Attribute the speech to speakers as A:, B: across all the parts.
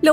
A: Lo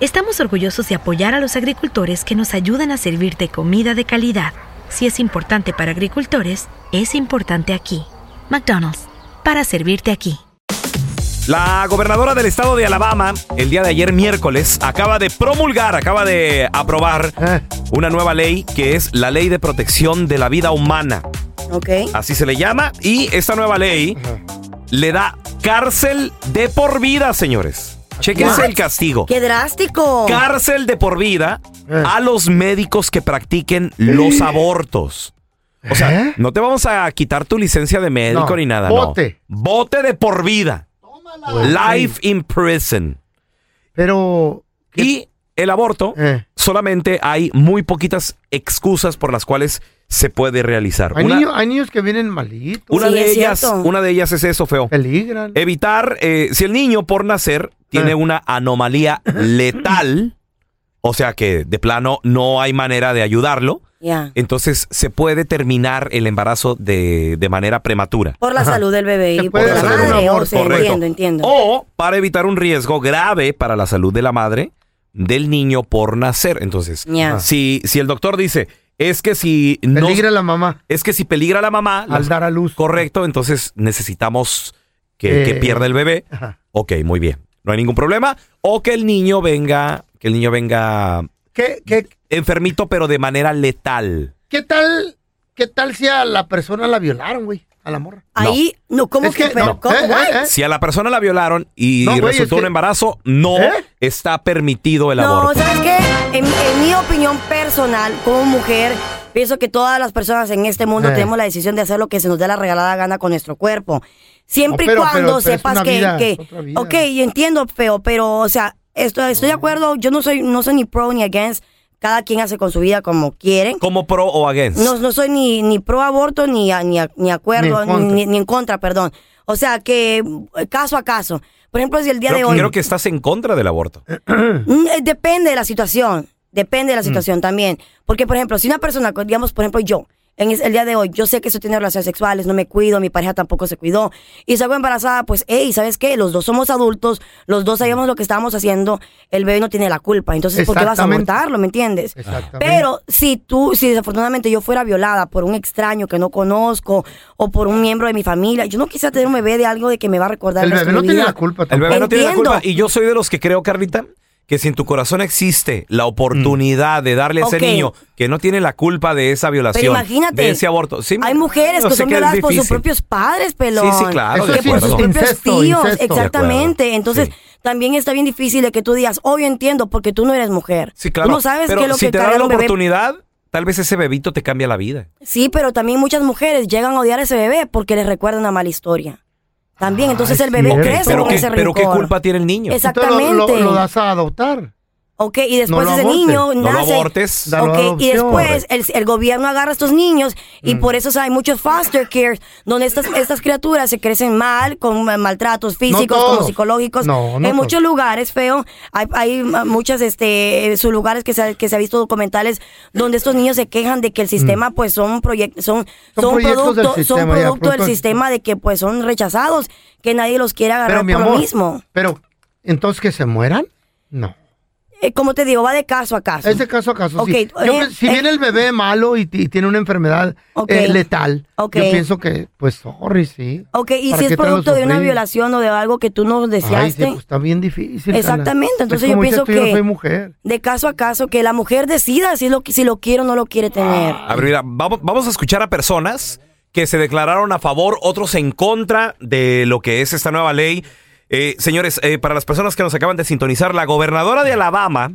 B: estamos orgullosos de apoyar a los agricultores que nos ayudan a servirte comida de calidad. Si es importante para agricultores, es importante aquí. McDonald's, para servirte aquí.
C: La gobernadora del estado de Alabama, el día de ayer miércoles, acaba de promulgar, acaba de aprobar
D: Ah.
C: una nueva ley que es la Ley de Protección de la Vida Humana.
E: Ok.
C: Así se le llama. Y esta nueva ley le da cárcel de por vida, señores. Chequense
E: What?
C: el castigo.
E: ¡Qué drástico!
C: Cárcel de por vida
D: Eh.
C: a los médicos que practiquen los abortos. O sea,
D: ¿Eh?
C: no te vamos a quitar tu licencia de médico
D: No,
C: ni nada.
D: bote.
C: No. Bote de por vida. Life in prison.
D: Pero.
C: Y el aborto,
D: Eh.
C: solamente hay muy poquitas excusas por las cuales se puede realizar.
D: Hay,
C: Una,
D: niños, hay niños que vienen malitos.
C: una
E: Sí,
C: de
E: es
C: ellas,
E: cierto.
C: una de ellas es eso, feo.
D: Peligran.
C: Evitar, eh, si el niño por nacer tiene
D: Eh.
C: una anomalía letal, o sea que de plano no hay manera de ayudarlo,
E: Ya.
C: entonces se puede terminar el embarazo de, de manera prematura.
E: Por la salud del bebé
D: Se
E: y por
D: puede
E: la
D: hacer un Oh,
E: madre.
D: aborto,
E: o sea, entiendo, entiendo.
C: O para evitar un riesgo grave para la salud de la madre del niño por nacer. Entonces,
E: Ya.
C: si, si el doctor dice, es que si no...
D: Peligra la mamá
C: Es que si peligra la mamá,
D: al
C: la-
D: dar a luz.
C: correcto, entonces necesitamos que, que
D: Eh.
C: pierda el bebé.
D: Ajá.
C: Ok, muy bien. No hay ningún problema. O que el niño venga, que el niño venga
D: ¿Qué, qué,
C: enfermito, pero de manera letal.
D: qué tal? ¿Qué tal si a la persona la violaron, güey? A la morra.
E: Ahí, no, ¿cómo
D: Es
E: que?
D: que-
E: pero,
D: no,
E: ¿cómo?
D: eh,
E: What?
D: eh, eh.
C: Si a la persona la violaron y
D: No, güey,
C: resultó
D: es que-
C: un embarazo, no
D: ¿Eh?
C: está permitido el
E: No,
C: aborto.
E: ¿sabes qué? En, en mi opinión personal, como mujer, pienso que todas las personas en este mundo
D: Eh.
E: tenemos la decisión de hacer lo que se nos dé la regalada gana con nuestro cuerpo. Siempre
D: No, Oh, pero-
E: y cuando
D: pero- pero es
E: sepas
D: una
E: que,
D: vida,
E: que-
D: es otra vida.
E: Ok, y entiendo, feo, pero, o sea, estoy, estoy de acuerdo. Yo no soy, no soy ni pro ni against. Cada quien hace con su vida como quieren.
C: ¿Como pro o against?
E: No, no soy ni, ni pro aborto ni, a- ni, a- ni acuerdo,
D: Ni en contra.
E: ni, ni en contra, perdón. O sea, que eh, caso a caso. Por ejemplo, si el día
C: creo,
E: de hoy.
C: creo que estás en contra del aborto.
E: Mm, eh, Depende de la situación. Depende de
D: Mm.
E: la situación también. Porque, por ejemplo, si una persona, digamos, por ejemplo, yo, en es- el día de hoy, yo sé que estoy teniendo relaciones sexuales, no me cuido, mi pareja tampoco se cuidó, y salgo embarazada, pues, hey, ¿sabes qué? Los dos somos adultos, los dos sabíamos lo que estábamos haciendo, el bebé no tiene la culpa, entonces, ¿por qué vas a
D: Exactamente.
E: abortarlo? ¿Me entiendes?
D: Exactamente.
E: Pero si tú, si desafortunadamente yo fuera violada por un extraño que no conozco o por un miembro de mi familia, yo no quisiera tener un bebé de algo de que me va a recordar
D: El
E: resto
D: bebé
E: de
D: no
E: mi
D: tiene
E: vida.
D: la culpa
C: El bebé
D: tampoco.
C: no tiene la
E: Entiendo.
C: culpa. Y yo soy de los que creo, Carlita, que si en tu corazón existe la oportunidad de darle a ese
E: Ok.
C: niño que no tiene la culpa de esa violación,
E: Pero imagínate,
C: de ese aborto. Sí,
E: hay mujeres
C: yo
E: que
C: sé
E: son
C: es
E: violadas por sus
C: difícil.
E: propios padres, pelón.
C: Sí, sí, claro,
D: Eso
C: de
E: Que
D: sí,
E: por
C: acuerdo.
E: sus propios
D: Incesto,
E: tíos,
D: incesto.
C: De acuerdo,
E: exactamente. Entonces,
C: sí.
E: también está bien difícil de que tú digas, oh, yo entiendo, porque tú no eres mujer.
C: Sí, claro.
E: Tú no sabes
C: pero
E: que lo
C: si
E: que
C: te dan
E: carga
C: la
E: un bebé.
C: oportunidad, tal vez ese bebito te cambia la vida.
E: Sí, pero también muchas mujeres llegan a odiar a ese bebé porque les recuerda una mala historia. También, entonces
D: Ah,
E: el bebé
D: sí,
C: Ok,
D: Pero
E: crece
C: pero,
E: con
C: qué,
E: ese
C: pero qué
E: rencor.
C: culpa tiene el niño.
E: Exactamente.
D: Entonces, lo- lo, lo das a adoptar.
E: Ok, y
D: No
E: después
D: lo
E: ese
D: abortes.
C: No
E: niño
C: lo
E: nace.
C: abortes.
D: Da la
E: Ok, y
D: adopción.
E: después el, el gobierno agarra a estos niños y por eso o sea, hay muchos foster care donde estas, estas criaturas se crecen mal, con eh, maltratos físicos, como
D: todos.
E: psicológicos.
D: No, no
E: en muchos
D: todos.
E: lugares, feo, hay, hay ah, muchas, este, eh, sus lugares que se, ha- que se ha visto documentales donde estos niños se quejan de que el sistema, pues, son proyectos, son,
D: Mm. Son proyectos del
E: producto, son
D: sistema, ya,
E: producto del
D: producto-
E: sistema de que, pues, son rechazados, que nadie los quiere agarrar
D: Pero mi
E: por lo
D: amor.
E: mismo.
D: Pero, ¿entonces que se mueran? No.
E: Eh, como te digo, va de caso a caso.
D: Es de caso a caso.
E: Ok,
D: sí. Yo
E: eh,
D: pe- si
E: eh.
D: viene el bebé malo y, ti- y tiene una enfermedad
E: Ok.
D: eh, letal,
E: Ok.
D: yo pienso que, pues, sorry, sí.
E: Ok, y
D: ¿Para
E: si es
D: qué te lo
E: producto de una
D: sufrí?
E: violación o de algo que tú no
D: Ay, sí,
E: deseaste,
D: pues, está bien difícil. Carla.
E: Exactamente, entonces
D: Es
E: yo
D: como dices
E: pienso
D: tú, yo no
E: que-
D: soy mujer.
E: de caso a caso, que la mujer decida si lo, si lo quiere o no lo quiere tener.
D: Ah,
C: A ver, mira, vamos, vamos a escuchar a personas que se declararon a favor, otros en contra de lo que es esta nueva ley. Eh, señores, eh, para las personas que nos acaban de sintonizar, la gobernadora de Alabama,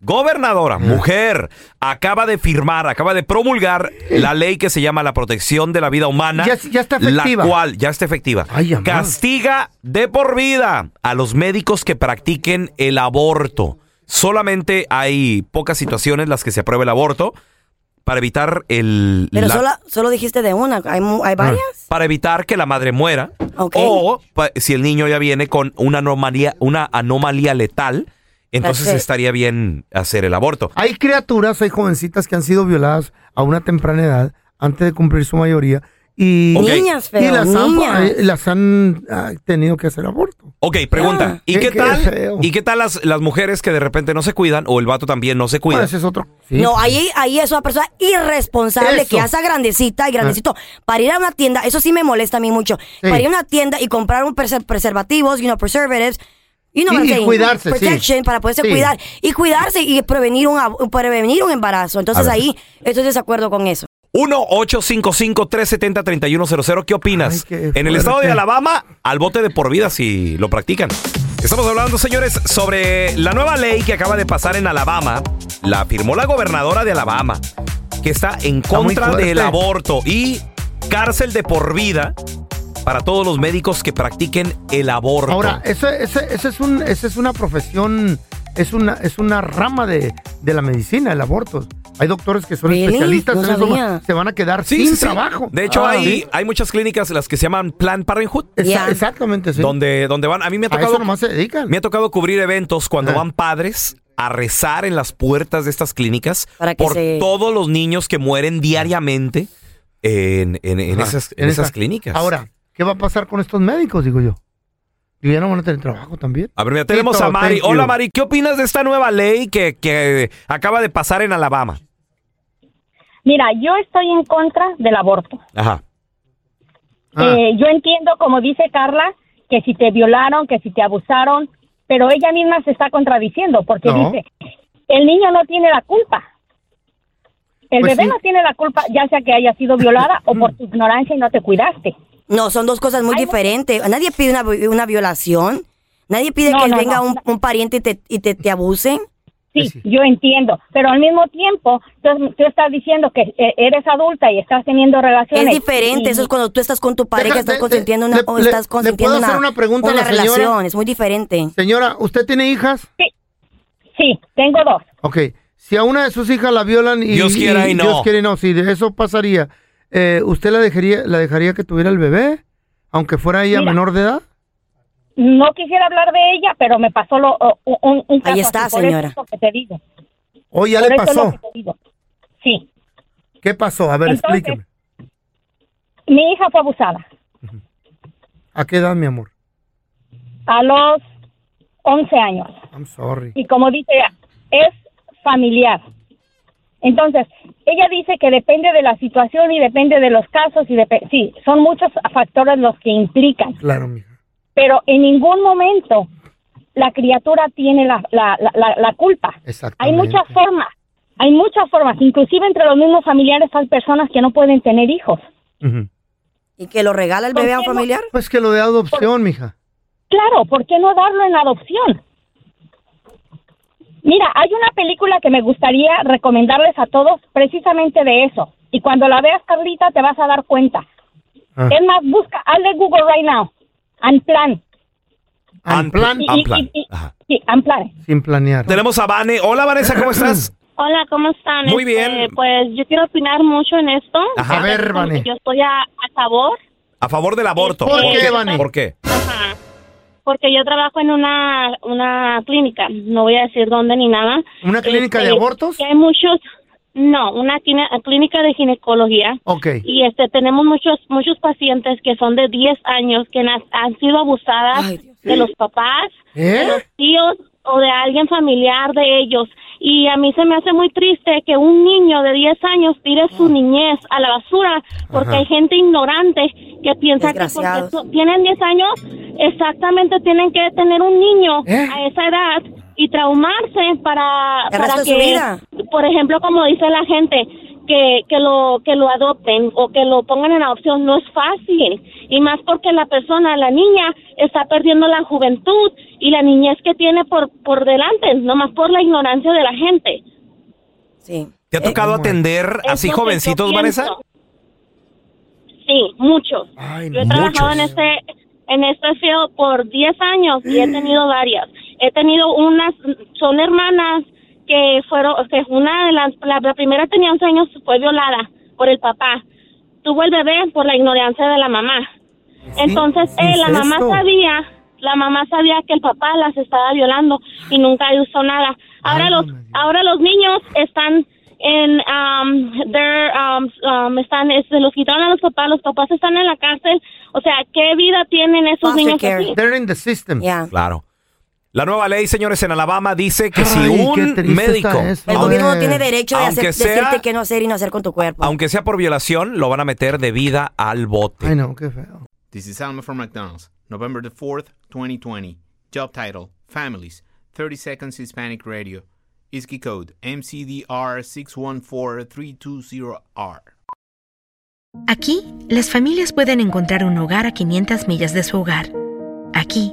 C: gobernadora, mujer, acaba de firmar, acaba de promulgar la ley que se llama la protección de la vida humana.
D: Ya- ya está efectiva.
C: La cual ya está efectiva.
D: Ay, amor.
C: Castiga de por vida a los médicos que practiquen el aborto. Solamente hay pocas situaciones en las que se aprueba el aborto para evitar el
E: Pero
C: la-
E: solo, solo dijiste de una, hay, mu-
D: Ah,
E: hay varias.
C: para evitar que la madre muera
E: Ok.
C: o pa- si el niño ya viene con una anomalía una anomalía letal entonces
E: Perfecto.
C: estaría bien hacer el aborto
D: Hay criaturas, hay jovencitas que han sido violadas a una temprana edad, antes de cumplir su mayoría, y,
C: Ok.
E: Niñas,
D: y
E: feo,
D: las, han,
E: niñas.
D: eh, las han ah, tenido que hacer aborto.
C: Ok, pregunta
E: Ah.
C: y qué,
D: Qué- qué
C: tal
D: feo.
C: y qué tal las, las mujeres que de repente no se cuidan o el vato también no se cuida
D: Bueno, ese es otro. sí.
E: No, ahí, ahí es una persona
D: Eso.
E: irresponsable
D: Ah.
E: que hace a grandecita y grandecito. Para ir a una tienda, eso sí me molesta a mí mucho.
D: Sí.
E: Para ir a una tienda y comprar un preser- preservativos, you know, preservatives. You know
D: Sí,
E: what I'm
D: y
E: saying.
D: cuidarse, sí.
E: Protection para poderse
D: Sí.
E: cuidar. Y cuidarse y prevenir un, ab- prevenir un embarazo. Entonces
C: ver.
E: ahí estoy de desacuerdo con eso.
C: 1-855-370-3100. ¿Qué opinas?
D: Ay, qué
C: en el
D: fuerte.
C: estado de Alabama, al bote de por vida si lo practican. Estamos hablando, señores, sobre la nueva ley que acaba de pasar en Alabama. La firmó la gobernadora de Alabama, que está en
D: muy
C: contra
D: fuerte.
C: del aborto y cárcel de por vida para todos los médicos que practiquen el aborto.
D: Ahora, ese, ese, ese es un, esa es una profesión, es una, es una rama de, de la medicina, el aborto. Hay doctores que son
E: Really?
D: especialistas
E: No
D: en eso,
E: sabía.
D: se van a quedar
C: Sí,
D: sin
C: sí, sí.
D: trabajo.
C: De hecho,
D: Ah,
C: hay,
D: sí.
C: hay muchas clínicas, las que se llaman Plan Parenthood,
D: Exa-
E: Ya.
D: Exactamente, sí.
C: donde, donde van. A mí me ha
D: a
C: tocado
D: eso nomás se dedican.
C: Me ha tocado cubrir eventos cuando
D: Ajá.
C: van padres a rezar en las puertas de estas clínicas
E: Para que
C: por
E: se-
C: todos los niños que mueren diariamente en, en- en
D: Ajá,
C: esas, en
D: Ah, en
C: esas
D: esa-
C: clínicas.
D: Ahora, ¿qué va a pasar con estos médicos, digo yo? ¿Y ya no van a tener trabajo también?
C: A ver, mira, tenemos
D: Tito,
C: a Mari.
D: thank
C: Hola,
D: you.
C: Mari, ¿qué opinas de esta nueva ley que, que acaba de pasar en Alabama?
F: Mira, yo estoy en contra del aborto.
C: Ajá.
D: Ah,
F: Eh, yo entiendo, como dice Carla, que si te violaron, que si te abusaron, pero ella misma se está contradiciendo porque
D: No.
F: dice, el niño no tiene la culpa. El
D: Pues
F: bebé
D: sí. Mm.
F: no tiene la culpa, ya sea que haya sido violada o por tu ignorancia y no te cuidaste.
E: No, son dos cosas muy diferentes. Nadie pide una, vi- una violación. Nadie pide
F: No,
E: que
F: no,
E: venga
F: no.
E: un, un pariente y te, y te, te abuse.
F: Sí,
D: Pues sí.
F: yo entiendo, pero al mismo tiempo tú, tú estás diciendo que eh, eres adulta y estás teniendo
E: Es
F: relaciones.
E: diferente.
F: y-
E: Eso es cuando tú estás con tu pareja,
D: Deja-
E: estás
D: de-
E: consintiendo una,
D: de-
E: o
D: le-
E: estás
D: le
E: consintiendo
D: puedo hacer una pregunta a
E: una
D: la señora?
E: relación. Es muy diferente.
D: Señora, ¿usted tiene hijas?
F: Sí, tengo dos.
D: Ok. Si a una de sus hijas la violan y
C: Dios quiera y no.
D: Dios quiere y no, si de eso pasaría, eh, ¿usted la dejaría, la dejaría que tuviera el bebé, aunque fuera ella
F: Mira.
D: menor de edad?
F: No quisiera hablar de ella, pero me pasó lo, un- un, un caso
E: Ahí está,
F: así, por eso
E: señora.
F: es lo que te digo.
D: ¿O Oh, ya
F: Por
D: le
F: eso es lo
D: pasó?
F: que te digo. Sí,
D: ¿Qué pasó? A ver,
F: Entonces-
D: explíqueme.
F: mi hija fue abusada
D: ¿A qué edad, mi amor?
F: a los 11 años
D: I'm sorry.
F: y como dice ella, es familiar. Entonces, ella dice que depende de la situación y depende de los casos y depe- sí, son muchos factores los que implican,
D: Claro, mija.
F: pero en ningún momento la criatura tiene la, la, la- la- la culpa. Hay
D: Exactamente.
F: muchas formas, hay muchas formas, inclusive entre los mismos familiares hay personas que no pueden tener hijos.
D: Ujú.
E: ¿Y que lo regala el bebé a un
F: Confirmo.
E: familiar?
D: Pues que lo de adopción, mija.
F: Claro, ¿por qué no darlo en adopción? Mira, hay una película que me gustaría recomendarles a todos precisamente de eso. Y cuando la veas, Carlita, te vas a dar cuenta.
D: Ah.
F: Em- Es más, busca, hazle Google right now. Unplan.
D: Al plan,
G: Y- y-
C: Unplanned.
G: y- y-
C: Ajá.
G: Sí, unplanned.
D: sin planear.
C: Ah. Tenemos a Vane. Hola, Vanessa, ¿cómo estás?
F: Hola, ¿cómo están?
C: Muy
F: Este,
C: bien.
F: Pues yo quiero opinar mucho en esto. Este,
C: Ajá.
D: A ver, Vane.
F: Yo estoy a, a favor,
C: A favor del aborto.
D: ¿Por qué, Vane?
C: ¿Por qué?
F: ajá, porque yo trabajo en una, una clínica, no voy a decir dónde ni nada.
D: ¿Una clínica de
F: Este,
D: abortos?
F: que hay muchos, no, una quine- clínica de ginecología.
D: Ok.
F: Y este tenemos muchos muchos pacientes que son de 10 años que nas- han sido abusadas
E: Ay, Dios.
F: de los papás, de
D: ¿Eh?
F: los tíos o de alguien familiar de ellos. Y a mí se me hace muy triste que un niño de 10 años tire su
D: Mm.
F: niñez a la basura porque hay gente ignorante que piensa que porque
E: Desgraciados.
F: so- tienen 10 años exactamente tienen que tener un niño
D: ¿Eh?
F: a esa edad y traumarse para,
E: El
F: para
E: resto de su vida.
F: por ejemplo, como dice la gente, que, que, lo, que lo adopten o que lo pongan en adopción no es fácil. Y más porque la persona, la niña, está perdiendo la juventud y la niñez que tiene por, por delante, nomás por la ignorancia de la gente.
E: Sí.
C: ¿Te ha
E: Eh,
C: tocado
D: bueno.
C: atender
F: Es
C: así
F: lo que yo
C: jovencitos,
F: pienso.
C: Vanessa?
F: Sí, muchos.
D: Ay,
F: Yo he
D: no,
F: trabajado en
D: muchos.
F: este, en este field por 10 años y he tenido varias. He tenido unas, son hermanas que fueron, que una de las, la, la primera tenía 11 años, fue violada por el papá. Tuvo el bebé por la ignorancia de la mamá. Entonces,
D: ¿qué
F: eh,
D: es
F: la mamá
D: esto?
F: sabía, la mamá sabía que el papá las estaba violando y nunca hizo nada. Ahora
D: Ay,
F: los,
D: no me digas.
F: ahora los niños están en, um, they're, um, um, están, es- se los quitaron a los papás, los papás están en la cárcel. O sea, ¿qué vida tienen esos
E: Foster
F: niños
E: care.
F: así?
D: They're in the system.
E: Ya.
C: Claro. La nueva ley, señores, en Alabama dice que si
D: Ay, qué
C: un
D: triste
C: médico,
D: está eso.
E: El
D: Aunque-
E: gobierno no tiene derecho de hacer,
C: aunque sea-
E: decirte qué no hacer y no hacer con tu cuerpo.
C: aunque sea por violación, lo van a meter de vida al bote.
D: Ay, no, qué feo.
H: This is Alma from McDonald's, November the 4th, 2020. Job title Families, 30 Seconds Hispanic Radio. ISKI code MCDR614320R.
B: Aquí, las familias pueden encontrar un hogar a 500 millas de su hogar. Aquí,